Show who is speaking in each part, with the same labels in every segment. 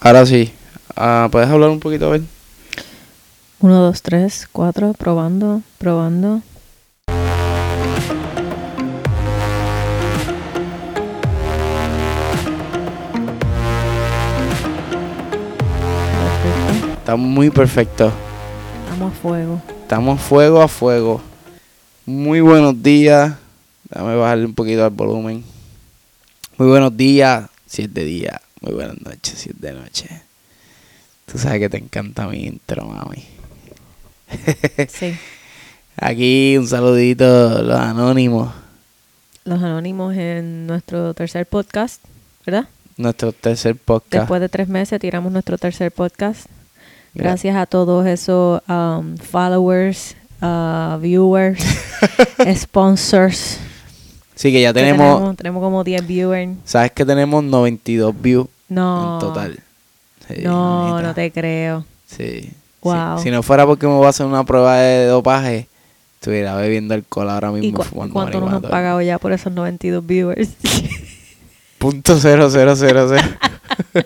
Speaker 1: Ahora sí. Ah, ¿Puedes hablar un poquito, a ver?
Speaker 2: Uno, dos, tres, cuatro, probando, probando. Perfecto.
Speaker 1: Está muy perfecto.
Speaker 2: Estamos a fuego.
Speaker 1: Estamos fuego a fuego. Muy buenos días. Dame bajarle un poquito al volumen. Muy buenos días, si es de día. Muy buenas noches, si es de noche. Tú sabes que te encanta mi intro, mami. Eh.
Speaker 2: Sí.
Speaker 1: Aquí un saludito a los anónimos.
Speaker 2: Los anónimos en nuestro tercer podcast, ¿verdad?
Speaker 1: Nuestro tercer podcast.
Speaker 2: Después de tres meses tiramos nuestro tercer podcast. Gracias a todos esos um, followers, uh, viewers, sponsors.
Speaker 1: Sí, que ya
Speaker 2: que
Speaker 1: tenemos,
Speaker 2: tenemos. tenemos como 10 viewers.
Speaker 1: Sabes que tenemos 92 views
Speaker 2: No.
Speaker 1: en total. Sí,
Speaker 2: No,
Speaker 1: mamita.
Speaker 2: no te creo.
Speaker 1: Sí. sí.
Speaker 2: Wow.
Speaker 1: Si no fuera porque me voy a hacer una prueba de dopaje, estuviera bebiendo alcohol ahora mismo.
Speaker 2: ¿Y cua-
Speaker 1: fumando
Speaker 2: cuánto nos han
Speaker 1: marihuana.
Speaker 2: pagado ya por esos 92 viewers?
Speaker 1: Punto cero cero cero cero.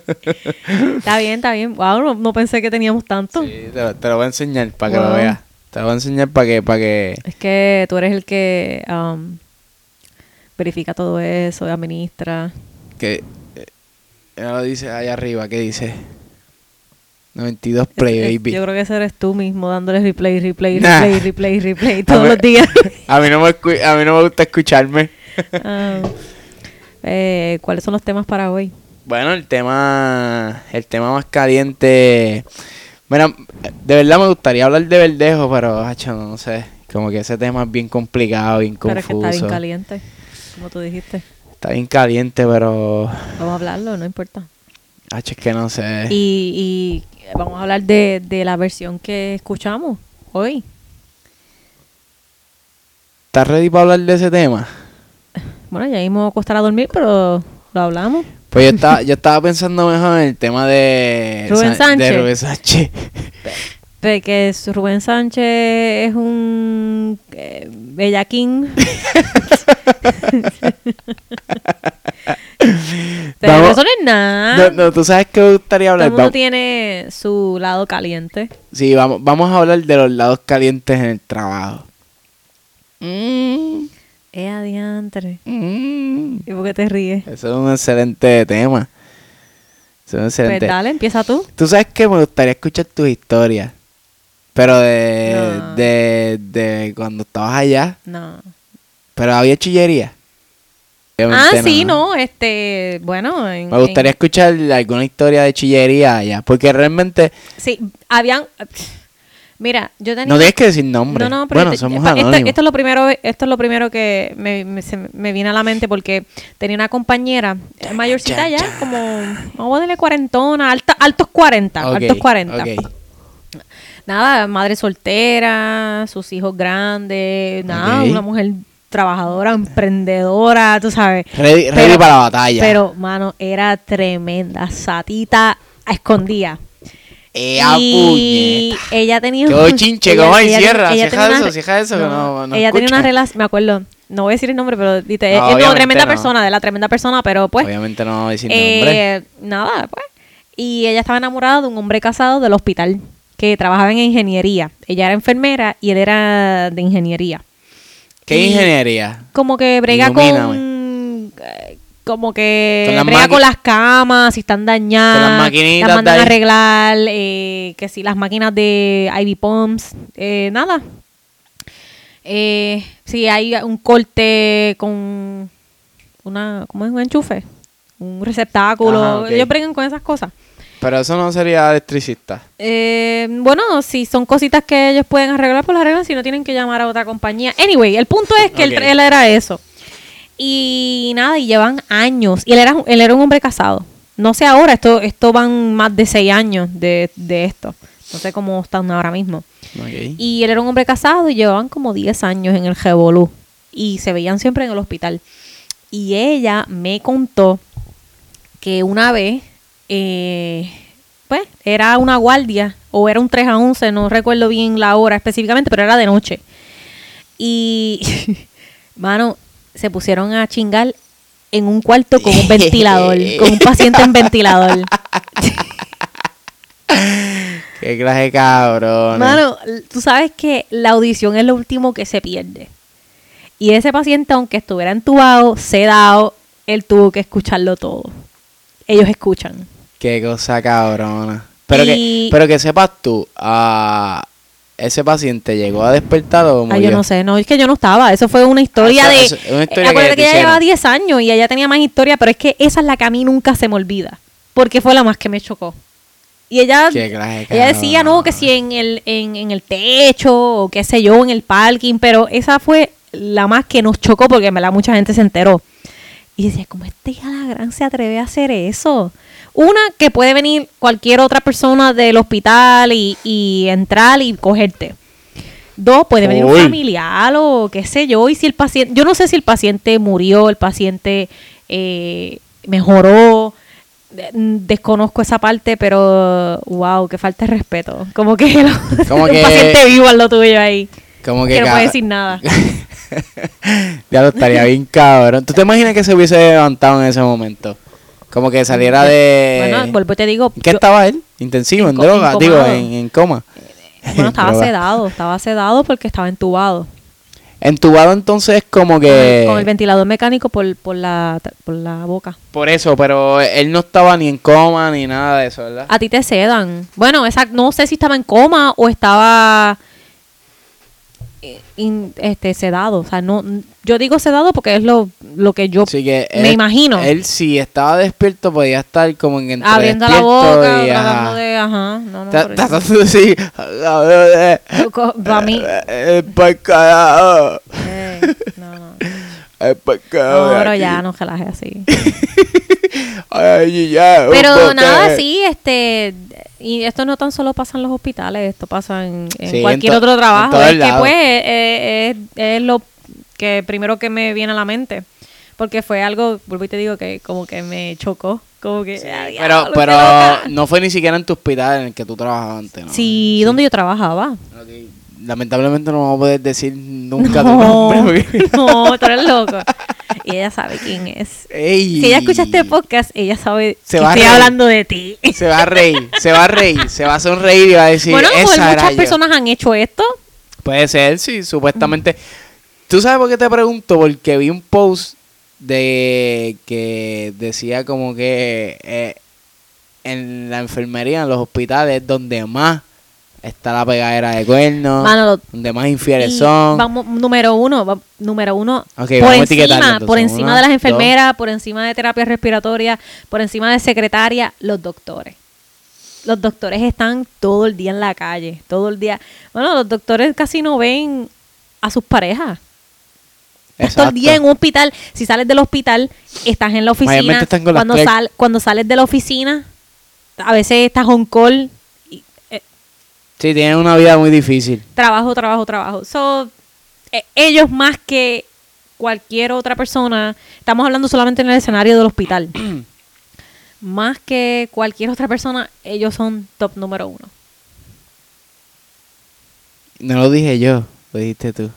Speaker 2: está bien, está bien. Wow, no, no pensé que teníamos tanto.
Speaker 1: Sí, te, lo, te lo voy a enseñar para que lo
Speaker 2: Wow.
Speaker 1: veas. Te lo voy a enseñar para que, para que.
Speaker 2: Es que tú eres el que um, verifica todo eso, administra.
Speaker 1: que eh, ella lo dice allá arriba, ¿qué dice? 92
Speaker 2: Es-
Speaker 1: play,
Speaker 2: es-
Speaker 1: baby.
Speaker 2: Yo creo que ese eres tú mismo dándole replay, replay,
Speaker 1: Nah.
Speaker 2: replay, replay, replay
Speaker 1: A
Speaker 2: todos
Speaker 1: ver.
Speaker 2: los días.
Speaker 1: A mí no me, escu- a mí no me gusta escucharme.
Speaker 2: Ah, eh, ¿Cuáles son los temas para hoy?
Speaker 1: Bueno, el tema, el tema más caliente. Mira, de verdad me gustaría hablar de verdejo, pero hacho, no sé. Como que ese tema es bien complicado, bien
Speaker 2: Pero es que está bien
Speaker 1: confuso.
Speaker 2: caliente, como tú dijiste.
Speaker 1: Está bien caliente, pero
Speaker 2: Vamos a hablarlo, no importa.
Speaker 1: hacho, es que no sé.
Speaker 2: Y, y vamos a hablar de, de la versión que escuchamos hoy.
Speaker 1: ¿Estás ready para hablar de ese tema?
Speaker 2: Bueno, ya mismo costará dormir, pero lo hablamos.
Speaker 1: Pues yo estaba, yo estaba pensando mejor en el tema de
Speaker 2: Rubén
Speaker 1: Sa-
Speaker 2: Sánchez.
Speaker 1: De Rubén Sánchez.
Speaker 2: Porque es- Rubén Sánchez es un eh, bellaquín. pero
Speaker 1: Vamos-
Speaker 2: eso no es nada.
Speaker 1: No, no, tú sabes que me gustaría
Speaker 2: Ah. Todo
Speaker 1: hablar.
Speaker 2: el mundo
Speaker 1: Vamos,
Speaker 2: tiene su lado caliente.
Speaker 1: sí, vamos, vamos a hablar de los lados calientes en el trabajo.
Speaker 2: Mm, Es adiantre.
Speaker 1: Mm.
Speaker 2: ¿Y por qué te ríes?
Speaker 1: Eso es un excelente tema. Eso es un
Speaker 2: Pues
Speaker 1: excelente.
Speaker 2: dale, empieza tú.
Speaker 1: Tú sabes que me gustaría escuchar tus historias. Pero de,
Speaker 2: No.
Speaker 1: de, de cuando estabas allá.
Speaker 2: No.
Speaker 1: Pero había chillería.
Speaker 2: Ah,
Speaker 1: Obviamente
Speaker 2: sí, no, este, bueno, en-
Speaker 1: Me gustaría
Speaker 2: en-
Speaker 1: escuchar alguna historia de chillería allá. Porque realmente
Speaker 2: sí, habían Mira, yo tenía
Speaker 1: no tienes que decir nombre.
Speaker 2: No, no, pero
Speaker 1: bueno,
Speaker 2: este-
Speaker 1: somos
Speaker 2: pa- esto,
Speaker 1: anónimos.
Speaker 2: esto es lo primero, esto es lo primero que me, me- se me viene a la mente porque tenía una compañera eh, mayorcita
Speaker 1: Chan,
Speaker 2: ya,
Speaker 1: chan.
Speaker 2: como vamos a darle cuarentona, alta, altos 40,
Speaker 1: Ok,
Speaker 2: altos 40.
Speaker 1: ok.
Speaker 2: Nada, madre soltera, sus hijos grandes, nada,
Speaker 1: Ok.
Speaker 2: una mujer trabajadora, emprendedora, tú sabes.
Speaker 1: Ready- ready para la batalla.
Speaker 2: Pero, mano, era tremenda, satita a escondida.
Speaker 1: ¡Ea,
Speaker 2: Y
Speaker 1: puñeta!
Speaker 2: ella tenía
Speaker 1: Qué
Speaker 2: un-
Speaker 1: bochinche, ¿cómo hay? Cierra,
Speaker 2: tenía-
Speaker 1: cierra
Speaker 2: tenía
Speaker 1: eso,
Speaker 2: re-
Speaker 1: cierra eso, que no- no
Speaker 2: ella tenía una
Speaker 1: escucha.
Speaker 2: relación, me acuerdo, no voy a decir el nombre, pero dite,
Speaker 1: No,
Speaker 2: eh, no,
Speaker 1: obviamente
Speaker 2: tremenda
Speaker 1: no.
Speaker 2: persona, de la tremenda persona, pero pues,
Speaker 1: Obviamente no vamos a decir nombre.
Speaker 2: eh, nada, pues, y ella estaba enamorada de un hombre casado del hospital que trabajaba en ingeniería. Ella era enfermera y él era de ingeniería.
Speaker 1: ¿Qué
Speaker 2: y-
Speaker 1: ingeniería?
Speaker 2: Como que brega
Speaker 1: Ilumíname.
Speaker 2: con... eh, Como que
Speaker 1: Con las
Speaker 2: brega
Speaker 1: maqui-
Speaker 2: con las camas, si están dañadas.
Speaker 1: Con las maquinitas
Speaker 2: Las mandan
Speaker 1: de
Speaker 2: a
Speaker 1: ahí.
Speaker 2: arreglar. eh, que si las máquinas de IV Pumps. eh, nada. Eh, si hay un corte con una... ¿Cómo es? Un enchufe. Un receptáculo.
Speaker 1: Ajá, ok.
Speaker 2: Ellos bregan con esas cosas.
Speaker 1: Pero eso no sería electricista.
Speaker 2: Eh, bueno, si son cositas que ellos pueden arreglar, pues las arreglan. Si no, tienen que llamar a otra compañía. Anyway, el punto es que él-
Speaker 1: Ok.
Speaker 2: él, era eso. Y nada, y llevan años. Y él era, él era un hombre casado. No sé ahora, esto, esto van más de seis años de, de esto. No sé cómo están ahora mismo.
Speaker 1: Ok.
Speaker 2: Y él era un hombre casado y llevaban como 10 años en el Revolú. Y se veían siempre en el hospital. Y ella me contó que una vez, eh, pues, era una guardia o era un 3 a 11, no recuerdo bien la hora específicamente, pero era de noche. Y, mano, se pusieron a chingar en un cuarto con un ventilador, con un paciente en ventilador.
Speaker 1: Qué clase cabrón.
Speaker 2: Mano, tú sabes que la audición es lo último que se pierde. Y ese paciente, aunque estuviera entubado, sedado, él tuvo que escucharlo todo. Ellos escuchan.
Speaker 1: Qué cosa cabrona. Pero,
Speaker 2: Y-
Speaker 1: que, pero que sepas tú, ah, ese paciente llegó a despertar o murió.
Speaker 2: Ah, yo no sé, no, es que yo no estaba. Eso fue una historia
Speaker 1: Ah,
Speaker 2: de.
Speaker 1: eso- eso- una historia
Speaker 2: eh, acuérdate
Speaker 1: que
Speaker 2: que,
Speaker 1: te
Speaker 2: ella llevaba
Speaker 1: hicieron.
Speaker 2: 10 años y ella tenía más historia, pero es que esa es la que a mí nunca se me olvida. Porque fue la más que me chocó. Y ella,
Speaker 1: Qué clase de
Speaker 2: ella decía, no, que
Speaker 1: cabrón.
Speaker 2: si en el, en, en el techo o qué sé yo, en el parking, pero esa fue la más que nos chocó porque en verdad mucha gente se enteró. Y decía, ¿cómo este hija de la gran se atreve a hacer eso? Una, que puede venir cualquier otra persona del hospital y, y entrar y cogerte. Dos, puede venir un
Speaker 1: Uy.
Speaker 2: familiar o qué sé yo. Y si el paciente, yo no sé si el paciente murió, el paciente eh, mejoró. de- Desconozco esa parte, pero wow, que falta de respeto. Como que lo-
Speaker 1: Como
Speaker 2: un
Speaker 1: que-
Speaker 2: paciente vivo al lo tuyo ahí.
Speaker 1: Como que,
Speaker 2: Que no puede
Speaker 1: ca-
Speaker 2: decir nada.
Speaker 1: ya lo estaría bien cabrón. ¿Tú te imaginas que se hubiese levantado en ese momento? Como que saliera de...
Speaker 2: Bueno, vuelvo y te digo.
Speaker 1: Eh, ¿En ¿Qué
Speaker 2: yo-
Speaker 1: estaba él? Intensivo, en
Speaker 2: Inco-
Speaker 1: droga, digo,
Speaker 2: incomodado.
Speaker 1: en, en coma.
Speaker 2: Bueno, estaba
Speaker 1: Droga.
Speaker 2: sedado, estaba sedado porque estaba entubado.
Speaker 1: Entubado entonces como
Speaker 2: Con
Speaker 1: que...
Speaker 2: el- Con el ventilador mecánico por, por, la, por la boca.
Speaker 1: Por eso, pero él no estaba ni en coma ni nada de eso, ¿verdad?
Speaker 2: A ti te sedan. Bueno, esa, no sé si estaba en coma o estaba eh, in- este, sedado. O sea, no, yo digo sedado porque es lo, lo que yo
Speaker 1: Así que
Speaker 2: Pues, me imagino.
Speaker 1: Él si estaba despierto podía estar como en entre
Speaker 2: abriendo la
Speaker 1: despierto
Speaker 2: boca,
Speaker 1: y, ajá.
Speaker 2: tratando de... Ajá, no, no,
Speaker 1: Ta-
Speaker 2: por eso.
Speaker 1: Tratando de sí.
Speaker 2: Co- Para mí...
Speaker 1: eh, Es para carajo.
Speaker 2: eh, no, no.
Speaker 1: Es para carajo.
Speaker 2: No,
Speaker 1: de
Speaker 2: pero ya,
Speaker 1: aquí.
Speaker 2: no relajes así.
Speaker 1: Ay, ya, un
Speaker 2: Pero
Speaker 1: poco eh".
Speaker 2: nada,
Speaker 1: de-
Speaker 2: sí, este, y esto no tan solo pasa en los hospitales, esto pasa en, en
Speaker 1: Sí, en
Speaker 2: cualquier
Speaker 1: to-
Speaker 2: otro
Speaker 1: en
Speaker 2: trabajo.
Speaker 1: todos
Speaker 2: Es que
Speaker 1: lados.
Speaker 2: pues eh, eh, es, es lo que primero que me viene a la mente, porque fue algo, vuelvo y te digo que como que me chocó, como que... "Ah, diablo,
Speaker 1: Pero,
Speaker 2: qué
Speaker 1: pero
Speaker 2: loca".
Speaker 1: no fue ni siquiera en tu hospital en el que tú trabajabas antes, ¿no?
Speaker 2: Sí, donde yo trabajaba.
Speaker 1: Ok. Lamentablemente no vamos a poder decir nunca tu nombre.
Speaker 2: No,
Speaker 1: porque-
Speaker 2: no, tú eres loco. Y ella sabe quién es.
Speaker 1: Ey.
Speaker 2: Si ella escucha este podcast, ella sabe
Speaker 1: Se
Speaker 2: que
Speaker 1: va a
Speaker 2: estoy
Speaker 1: reír.
Speaker 2: hablando de ti.
Speaker 1: Se va a reír, se va a reír, se va a sonreír y va a decir,
Speaker 2: bueno, a lo mejor
Speaker 1: esa era
Speaker 2: muchas
Speaker 1: yo".
Speaker 2: personas han hecho esto.
Speaker 1: Puede ser, sí, supuestamente. ¿Tú sabes por qué te pregunto? Porque vi un post de que decía como que eh, en la enfermería, en los hospitales, es donde más está la pegadera de cuernos,
Speaker 2: Mano, lo-
Speaker 1: donde más infieles
Speaker 2: Y
Speaker 1: son.
Speaker 2: Vamos, número uno, va- número uno,
Speaker 1: Ok,
Speaker 2: por
Speaker 1: vamos a etiquetarlo,
Speaker 2: encima,
Speaker 1: entonces.
Speaker 2: por encima
Speaker 1: Una,
Speaker 2: de las
Speaker 1: dos.
Speaker 2: enfermeras, por encima de terapia respiratoria, por encima de secretaria, los doctores. Los doctores están todo el día en la calle, todo el día. Bueno, los doctores casi no ven a sus parejas. Estás todo el día en
Speaker 1: Exacto.
Speaker 2: un hospital. Si sales del hospital, estás en la oficina.
Speaker 1: Mayormente están con las
Speaker 2: cuando,
Speaker 1: clerks.
Speaker 2: sal- cuando sales de la oficina, a veces estás on call. y- eh,
Speaker 1: Sí, tienen una vida muy difícil.
Speaker 2: trabajo, trabajo, trabajo. So, eh, ellos más que cualquier otra persona, estamos hablando solamente en el escenario del hospital, más que cualquier otra persona, ellos son top número uno.
Speaker 1: No lo dije yo, lo dijiste tú.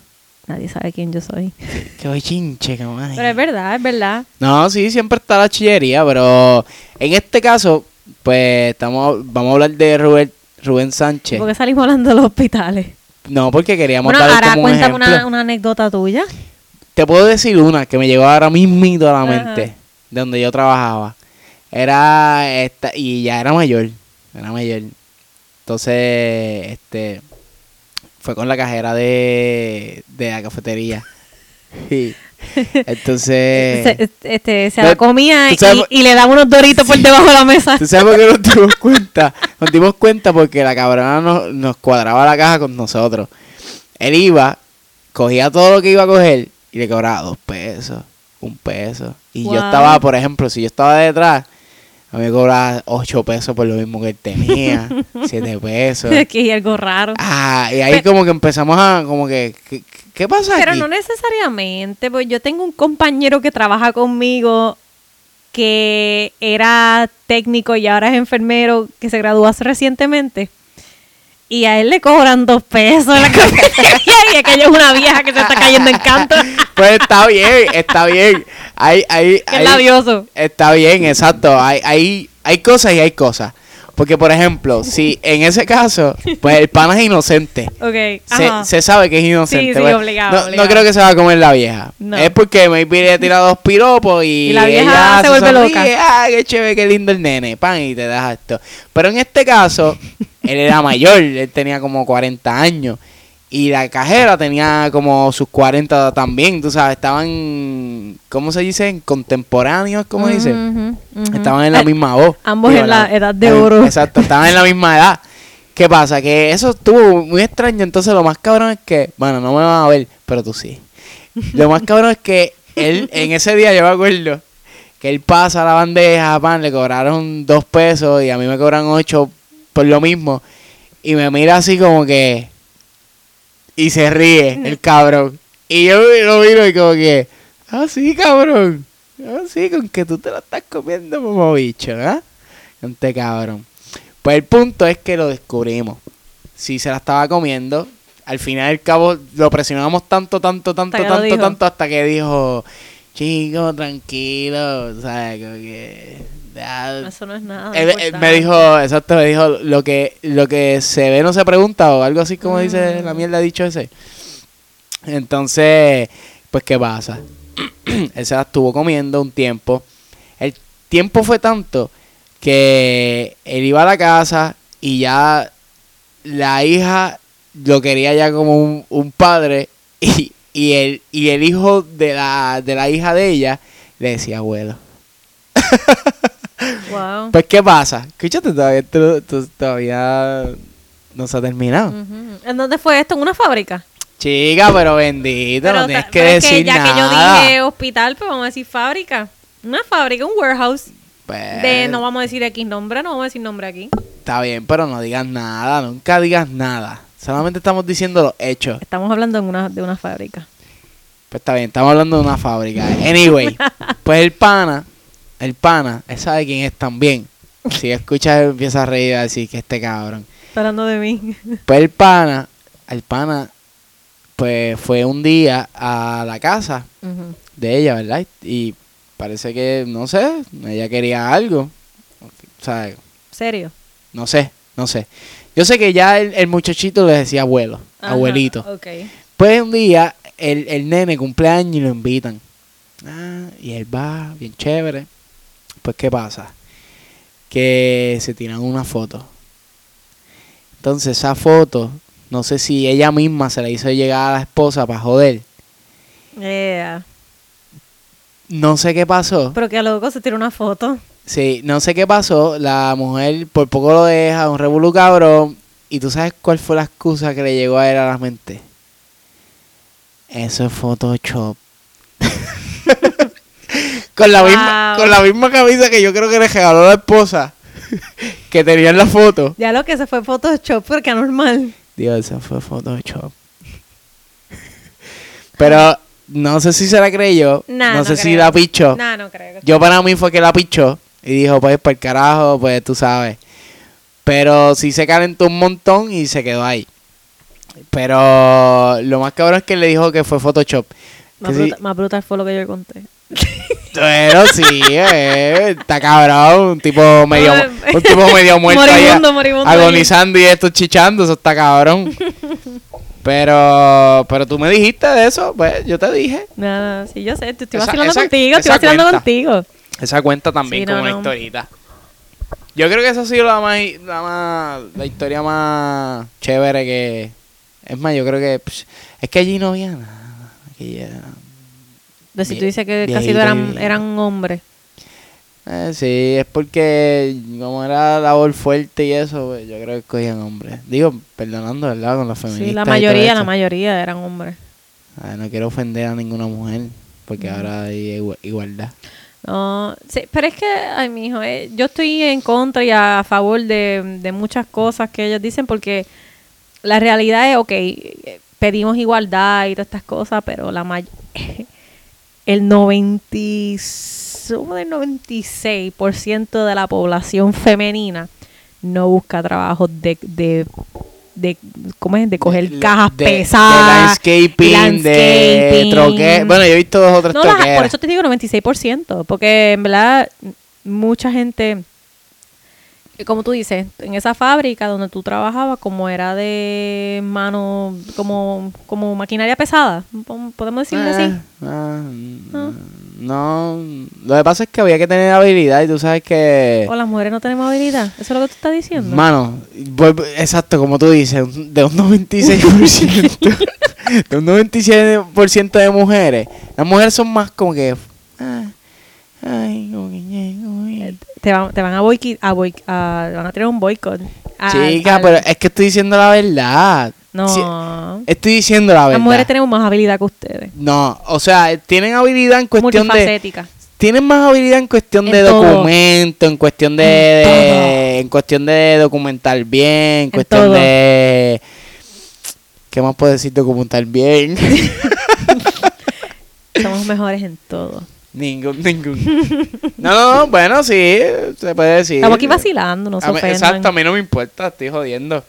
Speaker 2: Nadie sabe quién yo soy.
Speaker 1: Qué bochinche, cabrón.
Speaker 2: Pero es verdad, es verdad.
Speaker 1: No, sí, siempre está la chillería, pero en este caso, pues estamos, vamos a hablar de Rubén, Rubén Sánchez.
Speaker 2: Porque salimos hablando de los hospitales.
Speaker 1: No, porque queríamos
Speaker 2: Bueno,
Speaker 1: dar
Speaker 2: ahora
Speaker 1: como un
Speaker 2: cuéntame
Speaker 1: ejemplo.
Speaker 2: una, una anécdota tuya.
Speaker 1: Te puedo decir una que me llegó ahora mismito a la
Speaker 2: Ajá.
Speaker 1: mente, de donde yo trabajaba. Era esta, y ya era mayor, era mayor. Entonces, este, fue con la cajera de, de la cafetería. Y, entonces...
Speaker 2: Se, este, este, se
Speaker 1: Eh, Ve-
Speaker 2: la comía
Speaker 1: tú
Speaker 2: y,
Speaker 1: sabes-
Speaker 2: y le daban unos doritos por debajo de la mesa.
Speaker 1: ¿Tú sabes por qué nos dimos cuenta? Nos dimos cuenta porque la cabrona nos, nos cuadraba la caja con nosotros. Él iba, cogía todo lo que iba a coger y le cobraba dos pesos, un peso. Y yo
Speaker 2: Wow.
Speaker 1: estaba, por ejemplo, si yo estaba detrás, a mí me cobraba ocho pesos por lo mismo que él tenía, siete pesos.
Speaker 2: que es algo raro.
Speaker 1: Ah, y ahí como que empezamos a, como que, ¿qué, qué pasa
Speaker 2: Pero
Speaker 1: aquí?
Speaker 2: no necesariamente, pues yo tengo un compañero que trabaja conmigo que era técnico y ahora es enfermero, que se graduó hace recientemente. Y a él le cobran dos pesos en la cafetería y aquello es una vieja que se está cayendo en canto.
Speaker 1: Pues está bien, está bien. Ahí, ahí,
Speaker 2: Qué
Speaker 1: ahí-
Speaker 2: labioso.
Speaker 1: Está bien, exacto. Hay, hay, hay cosas y hay cosas. Porque, por ejemplo, si en ese caso, pues el pana es inocente.
Speaker 2: Ok,
Speaker 1: Se,
Speaker 2: ajá.
Speaker 1: se sabe que es inocente.
Speaker 2: Sí, sí,
Speaker 1: pues,
Speaker 2: obligado,
Speaker 1: no,
Speaker 2: obligado.
Speaker 1: no creo que se va a comer la vieja.
Speaker 2: No.
Speaker 1: Es porque maybe le tira dos piropos y,
Speaker 2: Y la vieja
Speaker 1: ella
Speaker 2: se vuelve
Speaker 1: sonríe,
Speaker 2: loca.
Speaker 1: Ah, qué chévere, qué lindo el nene. Pan, y te das esto. Pero en este caso, él era mayor. Él tenía como 40 años. Y la cajera tenía como sus 40 también. Tú sabes, estaban, ¿cómo se dice? Contemporáneos, ¿cómo
Speaker 2: Ujú,
Speaker 1: dice?
Speaker 2: ujú, ujú.
Speaker 1: Estaban en la
Speaker 2: Ay,
Speaker 1: misma voz.
Speaker 2: ambos en la edad de
Speaker 1: eh,
Speaker 2: oro.
Speaker 1: Exacto, estaban en la misma edad. ¿Qué pasa? Que eso estuvo muy extraño. Entonces, lo más cabrón es que, bueno, no me van a ver, pero tú sí. Lo más cabrón es que él, en ese día, yo me acuerdo que él pasa la bandeja, pan, le cobraron dos pesos y a mí me cobran ocho por lo mismo. Y me mira así como que. Y se ríe el cabrón. Y yo lo miro y como que. Ah, sí, cabrón. Ah, sí, con que tú te lo estás comiendo, como bicho, ¿ah? Ante cabrón. Pues el punto es que lo descubrimos. Si se la estaba comiendo, al final del cabo lo presionamos tanto, tanto, tanto,
Speaker 2: que lo
Speaker 1: tanto,
Speaker 2: dijo.
Speaker 1: tanto, hasta que dijo, chico, tranquilo, ¿sabes? Como que. "Ah,
Speaker 2: Eso no es nada.
Speaker 1: él- él
Speaker 2: importante.
Speaker 1: me dijo, exacto, me dijo lo que, lo que se ve no se pregunta o algo así como dice
Speaker 2: Mm.
Speaker 1: la mierda dicho ese. Entonces, pues qué pasa. Él se la estuvo comiendo un tiempo. El tiempo fue tanto que él iba a la casa y ya la hija lo quería ya como un, un padre y, y, el, y el hijo de la, de la hija de ella le decía abuelo.
Speaker 2: Wow.
Speaker 1: Pues, ¿qué pasa? Escúchate, todavía, esto no- esto todavía no se ha terminado.
Speaker 2: Ujú. ¿En dónde fue esto? ¿En una fábrica?
Speaker 1: Chica, pero bendito, no
Speaker 2: ta-
Speaker 1: tienes que
Speaker 2: pero es
Speaker 1: decir
Speaker 2: ya
Speaker 1: nada.
Speaker 2: que yo dije hospital, pues vamos a decir fábrica. Una fábrica, un warehouse.
Speaker 1: Pues,
Speaker 2: De, no vamos a decir X nombre, no vamos a decir nombre aquí.
Speaker 1: Está bien, pero no digas nada, nunca digas nada. Solamente estamos diciendo los hechos.
Speaker 2: Estamos hablando en una, de una fábrica.
Speaker 1: Pues está bien, estamos hablando de una fábrica. Anyway, pues el pana, el pana, él sabe quién es también. Si escuchas, él empieza a reír a decir que este cabrón.
Speaker 2: Está hablando de mí.
Speaker 1: Pues el pana, el pana, pues fue un día a la casa
Speaker 2: Ujú.
Speaker 1: de ella, ¿verdad? Y parece que, no sé, ella quería algo. O sea,
Speaker 2: Serio.
Speaker 1: no sé, no sé. Yo sé que ya el, el muchachito le decía abuelo,
Speaker 2: Ajá,
Speaker 1: abuelito.
Speaker 2: Ok.
Speaker 1: Pues un día el, el nene cumpleaños y lo invitan. Ah, y él va, bien chévere. Pues, ¿qué pasa? Que se tiran una foto. Entonces, esa foto, no sé si ella misma se la hizo llegar a la esposa para joder.
Speaker 2: Yeah.
Speaker 1: No sé qué pasó.
Speaker 2: Pero que a loco se tira una foto.
Speaker 1: Sí, no sé qué pasó. La mujer por poco lo deja, un revolú cabrón. ¿Y tú sabes cuál fue la excusa que le llegó a él a la mente? Eso es Photoshop. con, la misma,
Speaker 2: Wow.
Speaker 1: con la misma camisa que yo creo que le regaló la esposa. que tenía en la foto.
Speaker 2: Ya lo que se fue Photoshop porque anormal.
Speaker 1: Dios, eso fue Photoshop. Pero no sé si se la creyó.
Speaker 2: Nah,
Speaker 1: no,
Speaker 2: no
Speaker 1: sé si
Speaker 2: creo.
Speaker 1: la pichó.
Speaker 2: No, no creo.
Speaker 1: Yo para mí fue que la pichó y dijo, pues, para el carajo, pues, tú sabes. Pero sí se calentó un montón y se quedó ahí. Pero lo más cabrón es que le dijo que fue Photoshop.
Speaker 2: Más,
Speaker 1: Que sí,
Speaker 2: bruta- más brutal fue lo que yo conté.
Speaker 1: pero sí, eh, está cabrón, un tipo medio, mu- un tipo medio muerto ahí,
Speaker 2: Moribundo, moribundo ahí.
Speaker 1: agonizando y esto chichando, eso está cabrón. Pero, pero tú me dijiste de eso, pues, yo te dije.
Speaker 2: Nada, sí, yo sé. Te estoy
Speaker 1: Esa-
Speaker 2: vacilando
Speaker 1: esa-
Speaker 2: contigo. Estoy
Speaker 1: esa
Speaker 2: vacilando
Speaker 1: cuenta.
Speaker 2: contigo.
Speaker 1: Esa cuenta también
Speaker 2: Sí,
Speaker 1: como
Speaker 2: no,
Speaker 1: una
Speaker 2: no.
Speaker 1: historita. Yo creo que esa ha sido la más, la más, la historia más chévere que. Es más, yo creo que psh, es que allí no había nada. Aquí era-
Speaker 2: De si
Speaker 1: Vie-
Speaker 2: tú dices que casi
Speaker 1: viejito
Speaker 2: eran,
Speaker 1: y-
Speaker 2: eran hombres.
Speaker 1: Eh, sí, es porque como era labor fuerte y eso, pues, yo creo que cogían hombres. Digo, perdonando, ¿verdad? Con los feministas.
Speaker 2: Sí, la
Speaker 1: y todo
Speaker 2: mayoría, la
Speaker 1: esto.
Speaker 2: mayoría eran hombres.
Speaker 1: Ah, no quiero ofender a ninguna mujer, porque ahora hay igua- igualdad.
Speaker 2: No, sí, pero es que, ay, mijo, eh, yo estoy en contra y a favor de, de muchas cosas que ellos dicen porque la realidad es, ok, eh, pedimos igualdad y todas estas cosas, pero la may el 90, somos del 96% de la población femenina no busca trabajo de, de, de- ¿cómo es? De coger
Speaker 1: De-
Speaker 2: cajas
Speaker 1: de-
Speaker 2: pesadas.
Speaker 1: De landscaping, de
Speaker 2: landscaping.
Speaker 1: troque. Bueno, yo he visto dos o tres
Speaker 2: No, las-
Speaker 1: troqueras.
Speaker 2: por eso te digo 96%, porque en verdad mucha gente eh, como tú dices, en esa fábrica donde tú trabajabas, como era de mano, como, como maquinaria pesada, podemos decirlo así.
Speaker 1: Eh, ah, No, lo que pasa es que había que tener habilidad y tú sabes que...
Speaker 2: O las mujeres no tenemos habilidad, eso es lo que tú estás diciendo.
Speaker 1: Mano, vuelvo- exacto, como tú dices, un- de un 96%, de un 97% de mujeres, las mujeres son más como que... ah, ay, como que, ñe, uy.
Speaker 2: Eh, te, van, te van a boicotear, a boic- a- van a tener un boicot. A-
Speaker 1: Chica,
Speaker 2: al-
Speaker 1: pero es que estoy diciendo la verdad.
Speaker 2: No,
Speaker 1: Sí, estoy diciendo la verdad.
Speaker 2: las mujeres tenemos más habilidad que ustedes.
Speaker 1: No, o sea, tienen habilidad en cuestión de...
Speaker 2: Multifacética.
Speaker 1: Tienen más habilidad en cuestión
Speaker 2: En
Speaker 1: de
Speaker 2: todo.
Speaker 1: documento, en cuestión de,
Speaker 2: En
Speaker 1: de-
Speaker 2: todo.
Speaker 1: en cuestión de documentar bien, en cuestión
Speaker 2: todo.
Speaker 1: de ¿Qué más puedo decir documentar bien?
Speaker 2: Somos mejores en todo.
Speaker 1: Eh, ningún, ningún. No, no, no, bueno, sí, se puede decir.
Speaker 2: Estamos aquí vacilando, no se
Speaker 1: A mí-
Speaker 2: ofendan.
Speaker 1: Exacto, a mí no me importa, estoy jodiendo.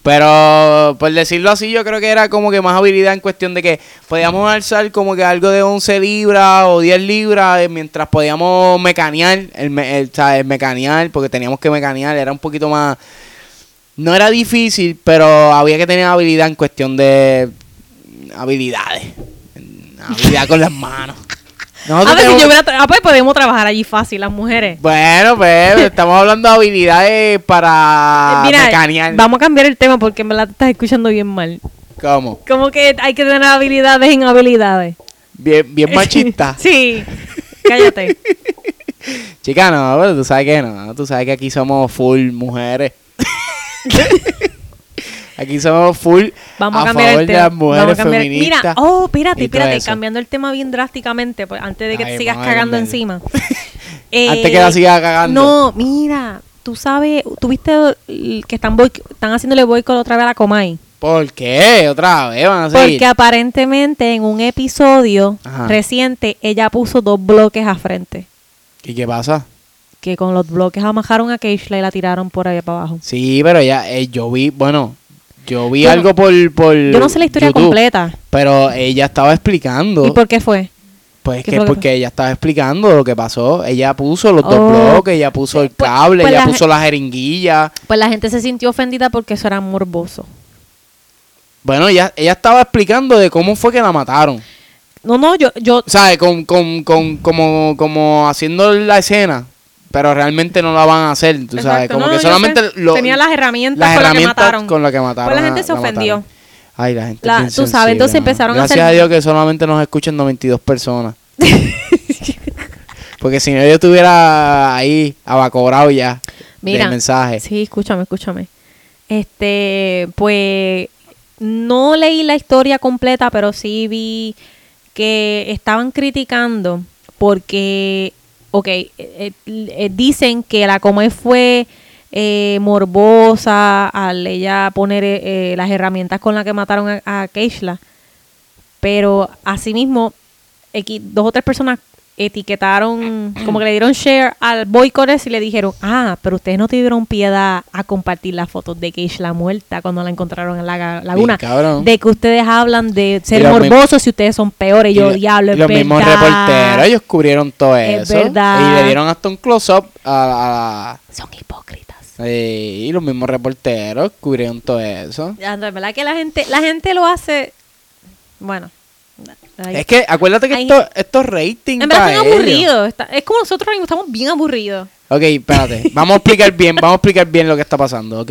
Speaker 1: Pero, por decirlo así, yo creo que era como que más habilidad en cuestión de que podíamos alzar como que algo de 11 libras o 10 libras eh, mientras podíamos mecanear, el, me- el, ¿sabes? mecanear, porque teníamos que mecanear, era un poquito más... No era difícil, pero había que tener habilidad en cuestión de habilidades. Habilidad con las manos. Nosotros
Speaker 2: A ver, si
Speaker 1: tenemos-
Speaker 2: yo hubiera tra- ah, pues podemos trabajar allí fácil, las mujeres.
Speaker 1: bueno, pues estamos hablando de habilidades para
Speaker 2: Eh, Mira,
Speaker 1: mecanear.
Speaker 2: vamos a cambiar el tema porque en verdad te estás escuchando bien mal.
Speaker 1: ¿Cómo?
Speaker 2: Como que hay que tener habilidades en habilidades.
Speaker 1: Bien, bien machista.
Speaker 2: sí, cállate.
Speaker 1: Chica, no, pero tú sabes que no. Tú sabes que aquí somos full mujeres. aquí somos full
Speaker 2: Vamos a, cambiar
Speaker 1: favor
Speaker 2: el
Speaker 1: de
Speaker 2: tema.
Speaker 1: las mujeres
Speaker 2: Vamos a cambiar-
Speaker 1: feministas.
Speaker 2: Mira, oh, espérate,
Speaker 1: y todo
Speaker 2: espérate,
Speaker 1: eso.
Speaker 2: cambiando el tema bien drásticamente, pues, antes de que
Speaker 1: Ay,
Speaker 2: te sigas
Speaker 1: madre,
Speaker 2: cagando
Speaker 1: madre.
Speaker 2: encima. Eh,
Speaker 1: Antes que la siga cagando.
Speaker 2: No, mira, tú sabes, tuviste que están, boic- están haciéndole boicot otra vez a la Comay.
Speaker 1: ¿Por qué? Otra vez van a seguir.
Speaker 2: Porque aparentemente en un episodio
Speaker 1: Ajá.
Speaker 2: reciente ella puso dos bloques a frente.
Speaker 1: ¿Y qué pasa?
Speaker 2: Que con los bloques amajaron a Keishla y la tiraron por allá para abajo.
Speaker 1: Sí, pero ya eh, yo vi, bueno, yo vi
Speaker 2: Yo no-
Speaker 1: algo por, por
Speaker 2: Yo no sé la historia
Speaker 1: YouTube,
Speaker 2: completa.
Speaker 1: Pero ella estaba explicando.
Speaker 2: ¿Y por qué fue?
Speaker 1: Pues
Speaker 2: ¿Qué
Speaker 1: que
Speaker 2: fue lo que
Speaker 1: porque ella estaba explicando lo que pasó. Ella puso los dos
Speaker 2: Oh.
Speaker 1: bloques, ella puso el
Speaker 2: Pues-
Speaker 1: cable,
Speaker 2: pues
Speaker 1: ella
Speaker 2: la
Speaker 1: puso la jeringuilla.
Speaker 2: Pues la gente se sintió ofendida porque eso era morboso.
Speaker 1: Bueno, ella, ella estaba explicando de cómo fue que la mataron.
Speaker 2: No, no, yo, yo,
Speaker 1: O sea, con, con, con, como, como haciendo la escena, pero realmente no la van a hacer, tú sabes.
Speaker 2: Exacto,
Speaker 1: Como
Speaker 2: no,
Speaker 1: que
Speaker 2: yo
Speaker 1: solamente...
Speaker 2: sé.
Speaker 1: lo-
Speaker 2: Tenía las herramientas
Speaker 1: las
Speaker 2: con la que
Speaker 1: herramientas
Speaker 2: mataron.
Speaker 1: con la que mataron.
Speaker 2: Pues la
Speaker 1: a-
Speaker 2: gente se
Speaker 1: mataron.
Speaker 2: ofendió.
Speaker 1: Ay, la gente es
Speaker 2: La-
Speaker 1: bien
Speaker 2: tú sabes,
Speaker 1: sensible,
Speaker 2: entonces
Speaker 1: mano.
Speaker 2: empezaron a
Speaker 1: Gracias
Speaker 2: hacer-
Speaker 1: a Dios que solamente nos escuchan 92 personas. Porque si no, yo estuviera ahí abacobrado ya
Speaker 2: mira.
Speaker 1: del mensaje.
Speaker 2: Sí, escúchame, escúchame. Este, pues, no leí la historia completa, pero sí vi que estaban criticando porque, ok, eh, eh, eh, dicen que la Comay fue eh, morbosa al ella poner eh, eh, las herramientas con las que mataron a, a Keishla. Pero asimismo, equi- dos o tres personas etiquetaron, como que le dieron share al boicot ese y le dijeron, ah, pero ustedes no tuvieron piedad a compartir las fotos de Keishla muerta cuando la encontraron en la ga- laguna.
Speaker 1: cabrón.
Speaker 2: De que ustedes hablan de ser
Speaker 1: Y los mi-
Speaker 2: morbosos si ustedes son peores. Yo,
Speaker 1: lo-
Speaker 2: diablo, es
Speaker 1: Los mismos
Speaker 2: verdad.
Speaker 1: reporteros, ellos cubrieron todo
Speaker 2: Es
Speaker 1: eso.
Speaker 2: verdad.
Speaker 1: Y le dieron hasta un close-up a, a-
Speaker 2: Son hipócritas.
Speaker 1: a- eh, Y los mismos reporteros cubrieron todo eso.
Speaker 2: Ya, no, es verdad que la gente, la gente lo hace, bueno. ay.
Speaker 1: Es que acuérdate que
Speaker 2: Ay.
Speaker 1: esto, estos ratings.
Speaker 2: en verdad
Speaker 1: para
Speaker 2: están
Speaker 1: ellos.
Speaker 2: aburridos. está- es como nosotros ahora mismo estamos bien aburridos.
Speaker 1: Ok, espérate. Vamos a explicar bien, vamos a explicar bien lo que está pasando. Ok.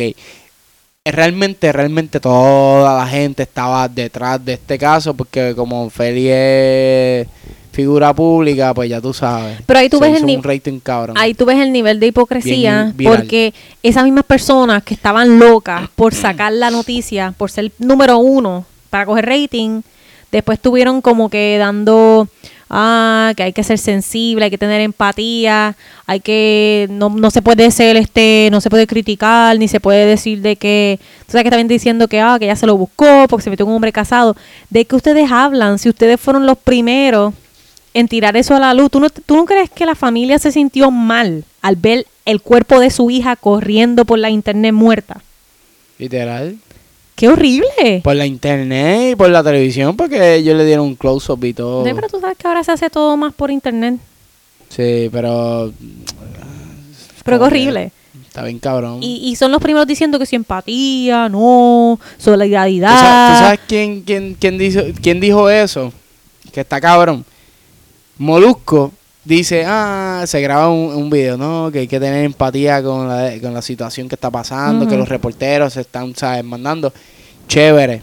Speaker 1: Realmente, realmente toda la gente estaba detrás de este caso porque como Feli es figura pública, pues ya tú sabes.
Speaker 2: Pero ahí tú
Speaker 1: Se
Speaker 2: ves el
Speaker 1: hizo
Speaker 2: ni-
Speaker 1: un rating cabrón.
Speaker 2: Ahí tú ves el nivel de hipocresía
Speaker 1: Bien viral.
Speaker 2: porque esas mismas personas que estaban locas por sacar la noticia, por ser número uno para coger rating, después tuvieron como que dando, ah, que hay que ser sensible, hay que tener empatía, hay que, no, no se puede ser este, no se puede criticar, ni se puede decir de que, tú sabes que también diciendo que, ah, que ya se lo buscó porque se metió con un hombre casado, de que ustedes hablan, si ustedes fueron los primeros en tirar eso a la luz. ¿Tú no, ¿Tú no crees que la familia se sintió mal al ver el cuerpo de su hija corriendo por la internet muerta?
Speaker 1: Literal.
Speaker 2: ¡Qué horrible!
Speaker 1: Por la internet y por la televisión, porque ellos le dieron un close-up y todo.
Speaker 2: No, pero tú sabes que ahora se hace todo más por internet.
Speaker 1: Sí, pero. Como
Speaker 2: Pero qué horrible.
Speaker 1: que- Está bien cabrón.
Speaker 2: Y, y son los primeros diciendo que si empatía, no,
Speaker 1: ¿Tú sa-
Speaker 2: solidaridad.
Speaker 1: ¿Tú sabes quién, quién, quién, dijo, quién dijo eso? Que está cabrón. Molusco dice, ah, se graba un, un video, ¿no? Que hay que tener empatía con la, con la situación que está pasando, que
Speaker 2: Ujú.
Speaker 1: los reporteros se están, ¿sabes? Mandando. Chévere.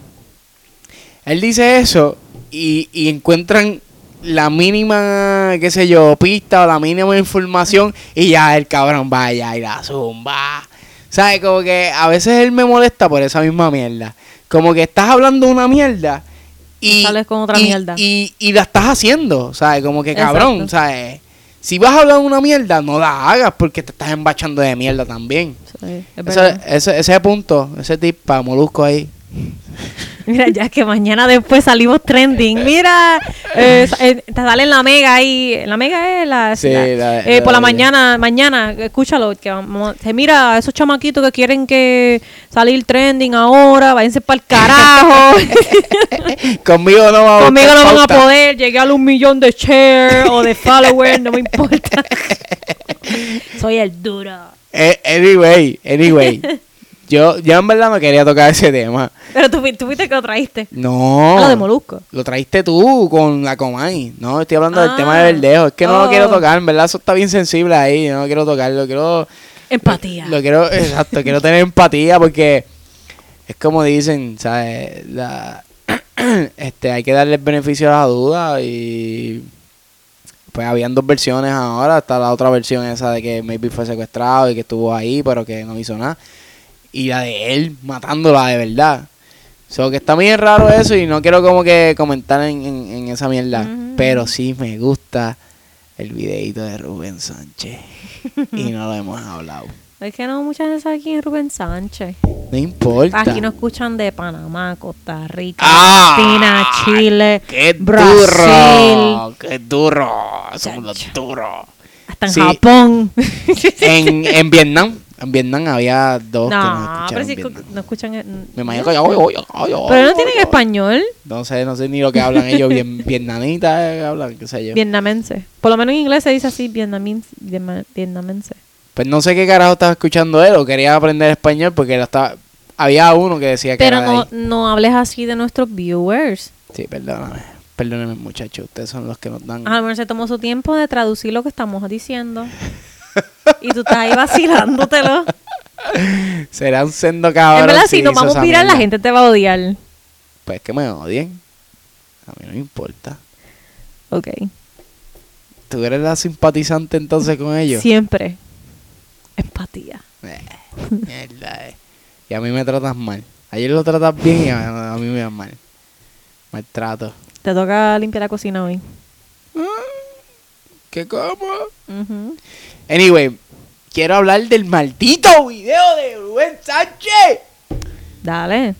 Speaker 1: Él dice eso y, y encuentran la mínima, qué sé yo, pista o la mínima información y ya el cabrón vaya y la zumba. ¿Sabes? Como que a veces él me molesta por esa misma mierda. Como que estás hablando una mierda y.
Speaker 2: Y sales con otra
Speaker 1: y-
Speaker 2: mierda.
Speaker 1: Y, y la estás haciendo, ¿sabes? Como que
Speaker 2: Exacto.
Speaker 1: cabrón, ¿sabes? Si vas a hablar una mierda, no la hagas porque te estás embachando de mierda también.
Speaker 2: Sí, es
Speaker 1: Ese,
Speaker 2: verdad.
Speaker 1: ese, ese punto, ese tip para Molusco ahí.
Speaker 2: Mira, ya que mañana después salimos trending. Mira, eh, sa- eh, te sale en la mega ahí. La mega es la.
Speaker 1: Sí,
Speaker 2: la-
Speaker 1: la-
Speaker 2: eh,
Speaker 1: la-
Speaker 2: por la
Speaker 1: la-
Speaker 2: mañana, mañana, escúchalo. Que vamos, se mira, esos chamaquitos que quieren que salir trending ahora, váyanse para el carajo.
Speaker 1: Conmigo no va a
Speaker 2: Conmigo
Speaker 1: buscar
Speaker 2: no van a
Speaker 1: pauta.
Speaker 2: poder llegar a un millón de shares o de followers, no me importa. Soy el duro.
Speaker 1: Eh, Anyway, anyway. yo, yo en verdad no quería tocar ese tema.
Speaker 2: Pero tú, fui- tú fuiste el que lo trajiste.
Speaker 1: No.
Speaker 2: Ah, lo de Molusco.
Speaker 1: Lo traíste tú con la Comay. No, estoy hablando del
Speaker 2: Ah.
Speaker 1: tema de verdejo. Es que no lo
Speaker 2: Oh.
Speaker 1: quiero tocar, en verdad eso está bien sensible ahí. Yo no quiero tocarlo, quiero.
Speaker 2: Empatía.
Speaker 1: Lo quiero, exacto, quiero tener empatía porque es como dicen, ¿sabes? La, este, hay que darle el beneficio a la duda y pues habían dos versiones ahora, está la otra versión esa de que maybe fue secuestrado y que estuvo ahí pero que no hizo nada y la de él matándola de verdad. So que está bien raro eso y no quiero como que comentar en, en- en esa mierda,
Speaker 2: Ujú.
Speaker 1: pero sí me gusta el videito de Rubén Sánchez y no lo hemos hablado.
Speaker 2: Es que no, muchas veces aquí en Rubén Sánchez.
Speaker 1: No importa.
Speaker 2: Aquí nos escuchan de Panamá, Costa Rica,
Speaker 1: ¡Ah!
Speaker 2: Argentina, Chile,
Speaker 1: ¡Qué
Speaker 2: Brasil,
Speaker 1: duro! ¡Qué duro! Somos los
Speaker 2: Chacho.
Speaker 1: duros.
Speaker 2: hasta en
Speaker 1: Sí.
Speaker 2: Japón.
Speaker 1: En, en Vietnam, en Vietnam había dos Oh, que nos
Speaker 2: no,
Speaker 1: escuchaban
Speaker 2: pero
Speaker 1: en
Speaker 2: si
Speaker 1: Vietnam.
Speaker 2: no escuchan. en-
Speaker 1: Me imagino que yo, yo, yo, yo,
Speaker 2: Pero no
Speaker 1: yo,
Speaker 2: tienen
Speaker 1: yo.
Speaker 2: español
Speaker 1: No sé, no sé ni lo que hablan ellos, bien, vietnamitas eh, hablan, qué sé yo.
Speaker 2: vietnamense. Por lo menos en inglés se dice así, vietnamins- vietma- vietnamense.
Speaker 1: Pues no sé qué carajo estaba escuchando él, o quería aprender español porque lo estaba, había uno que decía que
Speaker 2: Pero
Speaker 1: era de
Speaker 2: no,
Speaker 1: ahí.
Speaker 2: no hables así de nuestros viewers.
Speaker 1: Sí, perdóname, perdóname muchachos, ustedes son los que nos dan...
Speaker 2: A lo mejor se tomó su tiempo de traducir lo que estamos diciendo. y tú estás ahí vacilándotelo.
Speaker 1: Será un sendo cabrón
Speaker 2: en verdad, si nos
Speaker 1: hizo
Speaker 2: vamos
Speaker 1: esa
Speaker 2: a virar, la
Speaker 1: mierda.
Speaker 2: gente te va a odiar.
Speaker 1: Pues que me odien. A mí no me importa.
Speaker 2: Ok.
Speaker 1: ¿Tú eres la simpatizante entonces con ellos?
Speaker 2: Siempre. Empatía.
Speaker 1: Eh, mierda, eh. Y a mí me tratas mal. Ayer lo tratas bien y a, a mí me das mal. Maltrato.
Speaker 2: Te toca limpiar la cocina hoy.
Speaker 1: ¿Qué como?
Speaker 2: Ujú.
Speaker 1: Anyway, quiero hablar del maldito video de Rubén Sánchez.
Speaker 2: Dale.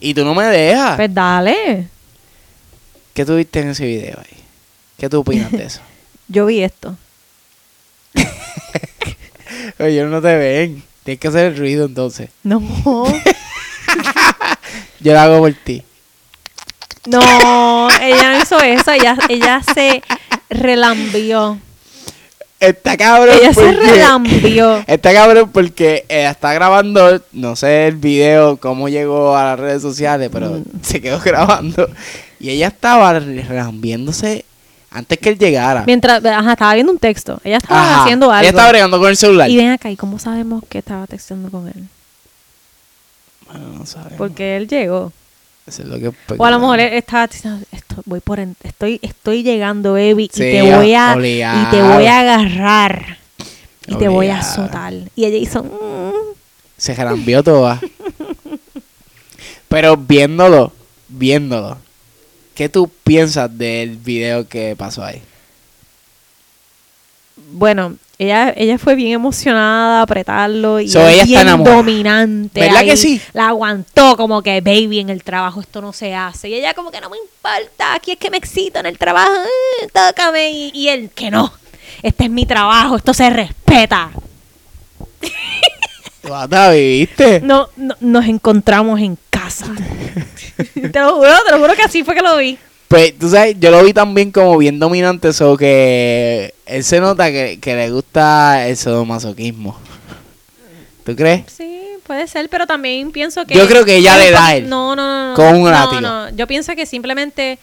Speaker 1: Y tú no me dejas.
Speaker 2: Pues dale.
Speaker 1: ¿Qué tuviste en ese video ahí? ¿Qué tú opinas de eso?
Speaker 2: Yo vi esto.
Speaker 1: Ellos no te ven. Tienes que hacer el ruido entonces.
Speaker 2: No.
Speaker 1: Yo lo hago por ti.
Speaker 2: No. Ella no hizo eso. Ella, ella se relambió.
Speaker 1: Está cabrón.
Speaker 2: Ella se
Speaker 1: porque-
Speaker 2: relambió.
Speaker 1: Está cabrón porque eh, está grabando, no sé el video, cómo llegó a las redes sociales, pero se quedó grabando. Y ella estaba relambiéndose antes que él llegara.
Speaker 2: Mientras, ajá, estaba viendo un texto. Ella estaba
Speaker 1: Ajá.
Speaker 2: haciendo algo.
Speaker 1: Ella estaba bregando con el celular.
Speaker 2: Y ven acá, ¿y cómo sabemos que estaba texteando con él?
Speaker 1: Bueno, Ah, no sabemos.
Speaker 2: Porque él llegó.
Speaker 1: Eso es lo que
Speaker 2: O a lo mejor él estaba diciendo, "Esto- voy por en- estoy, estoy llegando, Evi,
Speaker 1: Sí,
Speaker 2: y te voy a
Speaker 1: obligado.
Speaker 2: y te voy a agarrar. Y te voy a
Speaker 1: Obligado.
Speaker 2: azotar. Y ella hizo, "Mm".
Speaker 1: se jarambió toda. Pero viéndolo, viéndolo, ¿qué tú piensas del video que pasó ahí?
Speaker 2: bueno, ella, ella fue bien emocionada a apretarlo y
Speaker 1: So,
Speaker 2: él
Speaker 1: ella está
Speaker 2: bien
Speaker 1: enamorada.
Speaker 2: dominante.
Speaker 1: ¿Verdad que
Speaker 2: ahí.
Speaker 1: sí?
Speaker 2: La aguantó como que, baby, en el trabajo esto no se hace. Y ella como que no me importa, aquí es que me excito en el trabajo, eh, tócame. Y, y él, que no, este es mi trabajo, esto se respeta.
Speaker 1: ¿La viviste?
Speaker 2: No, no- nos encontramos en casa. te lo juro, te lo juro que así fue que lo vi.
Speaker 1: Pues, tú sabes, yo lo vi también como bien dominante, eso que él se nota que, que le gusta el sadomasoquismo. ¿Tú crees?
Speaker 2: Sí, puede ser, pero también pienso que...
Speaker 1: Yo creo que ella
Speaker 2: No,
Speaker 1: le da
Speaker 2: pa-
Speaker 1: a él.
Speaker 2: No, no, no. no,
Speaker 1: Con un
Speaker 2: no,
Speaker 1: látigo.
Speaker 2: no. Yo pienso que simplemente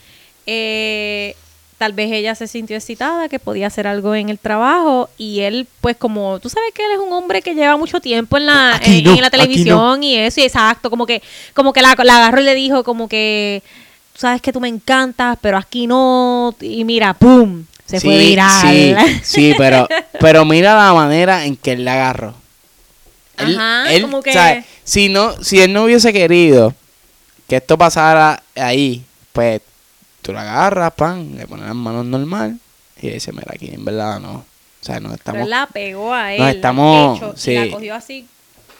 Speaker 2: eh, tal vez ella se sintió excitada, que podía hacer algo en el trabajo y él, pues como, tú sabes que él es un hombre que lleva mucho tiempo en la,
Speaker 1: Aquí
Speaker 2: en,
Speaker 1: no,
Speaker 2: en la
Speaker 1: aquí
Speaker 2: televisión y eso, y exacto, como que, como que la, la agarró y le dijo como que, tú sabes que tú me encantas, pero aquí no, y mira, ¡pum! Se fue viral.
Speaker 1: Sí, sí, pero, pero mira la manera en que él la agarró. Él,
Speaker 2: Ajá,
Speaker 1: él,
Speaker 2: como que-
Speaker 1: ¿sabes? Si, no, si él no hubiese querido que esto pasara ahí, pues tú la agarras, pan, le pones las manos normal y dice, mira, aquí en verdad no. O sea, no
Speaker 2: Pero
Speaker 1: estamos...
Speaker 2: él la pegó a él.
Speaker 1: Nos
Speaker 2: al
Speaker 1: estamos-
Speaker 2: pecho, y
Speaker 1: sí.
Speaker 2: La cogió así,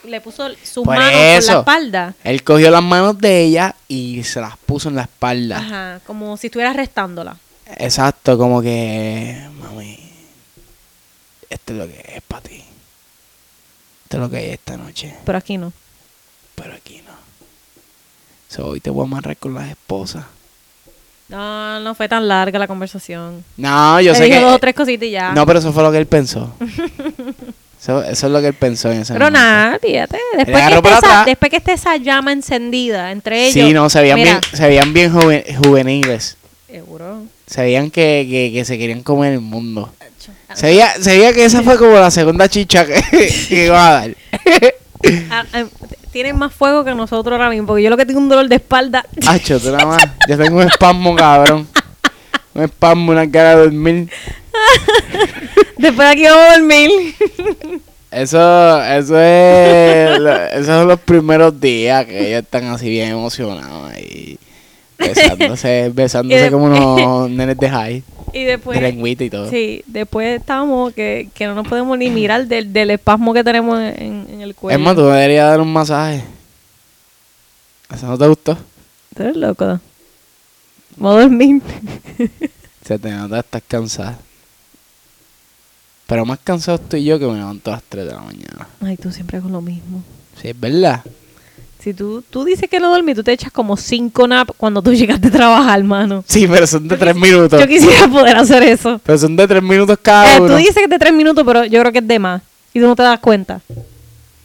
Speaker 2: le puso sus
Speaker 1: Por
Speaker 2: manos
Speaker 1: eso.
Speaker 2: por la espalda.
Speaker 1: Él cogió las manos de ella y se las puso en la espalda.
Speaker 2: Ajá, como si estuvieras restándola.
Speaker 1: Exacto, como que, mami, esto es lo que es para ti. Esto es lo que hay esta noche,
Speaker 2: Pero aquí no.
Speaker 1: pero aquí no. So, hoy te voy a amarrar con las esposas.
Speaker 2: No, no fue tan larga la conversación.
Speaker 1: No, yo
Speaker 2: Le
Speaker 1: sé
Speaker 2: dije
Speaker 1: que...
Speaker 2: dos o tres cositas y ya.
Speaker 1: No, pero eso fue lo que él pensó. eso, eso es lo que él pensó en ese
Speaker 2: pero
Speaker 1: momento.
Speaker 2: nada, fíjate. Después que,
Speaker 1: agarró
Speaker 2: esté
Speaker 1: para
Speaker 2: esa,
Speaker 1: atrás.
Speaker 2: después que esté esa llama encendida entre ellos.
Speaker 1: Sí, no, se veían
Speaker 2: mira,
Speaker 1: bien, se veían bien juve- juveniles.
Speaker 2: Seguro.
Speaker 1: Se veían que, que, que se querían comer el mundo. Se veía, se veía que esa fue como la segunda chicha que, que iba a dar.
Speaker 2: Ah, ah, Tienen más fuego que nosotros ahora mismo. Porque yo lo que tengo un dolor de espalda.
Speaker 1: Hacho, tú nada más. Yo tengo un espasmo, cabrón. Un espasmo, una cara de dormir.
Speaker 2: después de aquí vamos a dormir.
Speaker 1: Eso, eso es. lo- Esos son los primeros días que ellos están así bien emocionados ahí. Besándose,
Speaker 2: Y
Speaker 1: besándose
Speaker 2: de-
Speaker 1: como unos nenes de high.
Speaker 2: y después.
Speaker 1: De lengüita y todo.
Speaker 2: Sí, después estamos que, que no nos podemos ni mirar del, del espasmo que tenemos en, en el cuello.
Speaker 1: es más, tú me deberías dar un masaje. ¿Eso no te gustó?
Speaker 2: Tú eres loco. Vamos a dormir.
Speaker 1: Se te nota, estás cansada. Pero más cansado estoy yo que me levanto a las 3 de la mañana.
Speaker 2: Ay, tú siempre con lo mismo.
Speaker 1: Sí, es verdad.
Speaker 2: Si tú, tú dices que no dormí, tú te echas como cinco nap cuando tú llegaste a trabajar, mano.
Speaker 1: Sí, pero son de 3 minutos.
Speaker 2: Yo quisiera poder hacer eso.
Speaker 1: Pero son de tres minutos cada
Speaker 2: Eh, tú
Speaker 1: uno.
Speaker 2: dices que es de tres minutos, pero yo creo que es de más. Y tú no te das cuenta.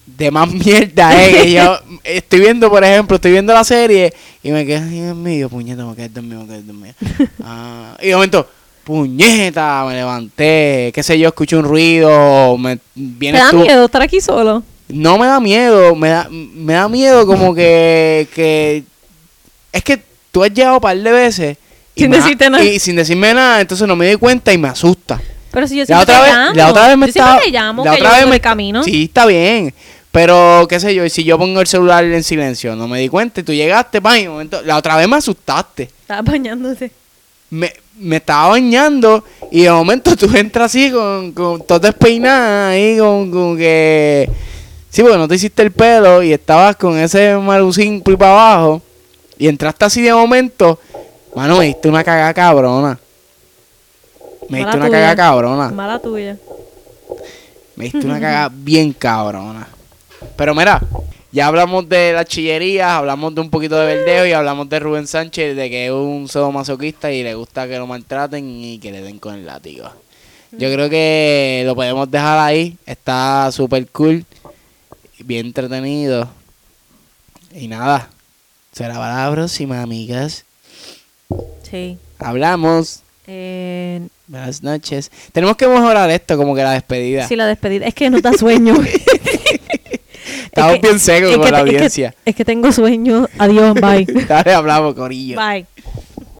Speaker 1: De más mierda, eh. que yo estoy viendo, por ejemplo, estoy viendo la serie y me quedo, ay, Dios mío, puñeta, me quedé dormido, me quedé dormido. Ah, y de momento, puñeta, me levanté, qué sé yo, escucho un ruido, me
Speaker 2: ¿Te
Speaker 1: vienes
Speaker 2: da
Speaker 1: tú.
Speaker 2: miedo estar aquí solo?
Speaker 1: No me da miedo, me da, me da miedo como que, que. Es que tú has llegado un par de veces. y
Speaker 2: Sin
Speaker 1: me da-
Speaker 2: decirte nada.
Speaker 1: Y sin decirme nada, entonces no me doy cuenta y me asusta.
Speaker 2: Pero si yo
Speaker 1: la
Speaker 2: siempre
Speaker 1: otra
Speaker 2: te
Speaker 1: vez,
Speaker 2: llamo.
Speaker 1: la otra vez me
Speaker 2: yo siempre
Speaker 1: estaba,
Speaker 2: te llamo,
Speaker 1: la
Speaker 2: que
Speaker 1: otra
Speaker 2: yo
Speaker 1: vez
Speaker 2: por
Speaker 1: me
Speaker 2: el camino.
Speaker 1: Sí, está bien. Pero qué sé yo, y si yo pongo el celular en silencio, no me di cuenta y tú llegaste, pa, y de momento, la otra vez me asustaste.
Speaker 2: Estaba bañándose.
Speaker 1: Me, me estaba bañando y de momento tú entras así con, con todo despeinada ahí con, con que sí, porque no te hiciste el pelo y estabas con ese marucín por ahí para abajo y entraste así de momento, mano, me diste una cagada cabrona. Me
Speaker 2: Mala
Speaker 1: diste una
Speaker 2: tuya.
Speaker 1: cagada cabrona.
Speaker 2: Mala tuya.
Speaker 1: Me diste una cagada bien cabrona. Pero mira, ya hablamos de las chillerías, hablamos de un poquito de verdeo y hablamos de Rubén Sánchez, de que es un masoquista y le gusta que lo maltraten y que le den con el látigo. Yo creo que lo podemos dejar ahí. Está súper cool, bien entretenido. Y nada, será para la próxima, amigas.
Speaker 2: Sí.
Speaker 1: Hablamos.
Speaker 2: Eh,
Speaker 1: Buenas noches. Tenemos que mejorar esto, como que la despedida.
Speaker 2: sí, la despedida. Es que no da sueño.
Speaker 1: Estamos bien secos
Speaker 2: es
Speaker 1: con
Speaker 2: que
Speaker 1: la
Speaker 2: te- es que-
Speaker 1: audiencia.
Speaker 2: es que tengo sueño. Adiós, bye.
Speaker 1: Dale, hablamos, Corillo.
Speaker 2: bye.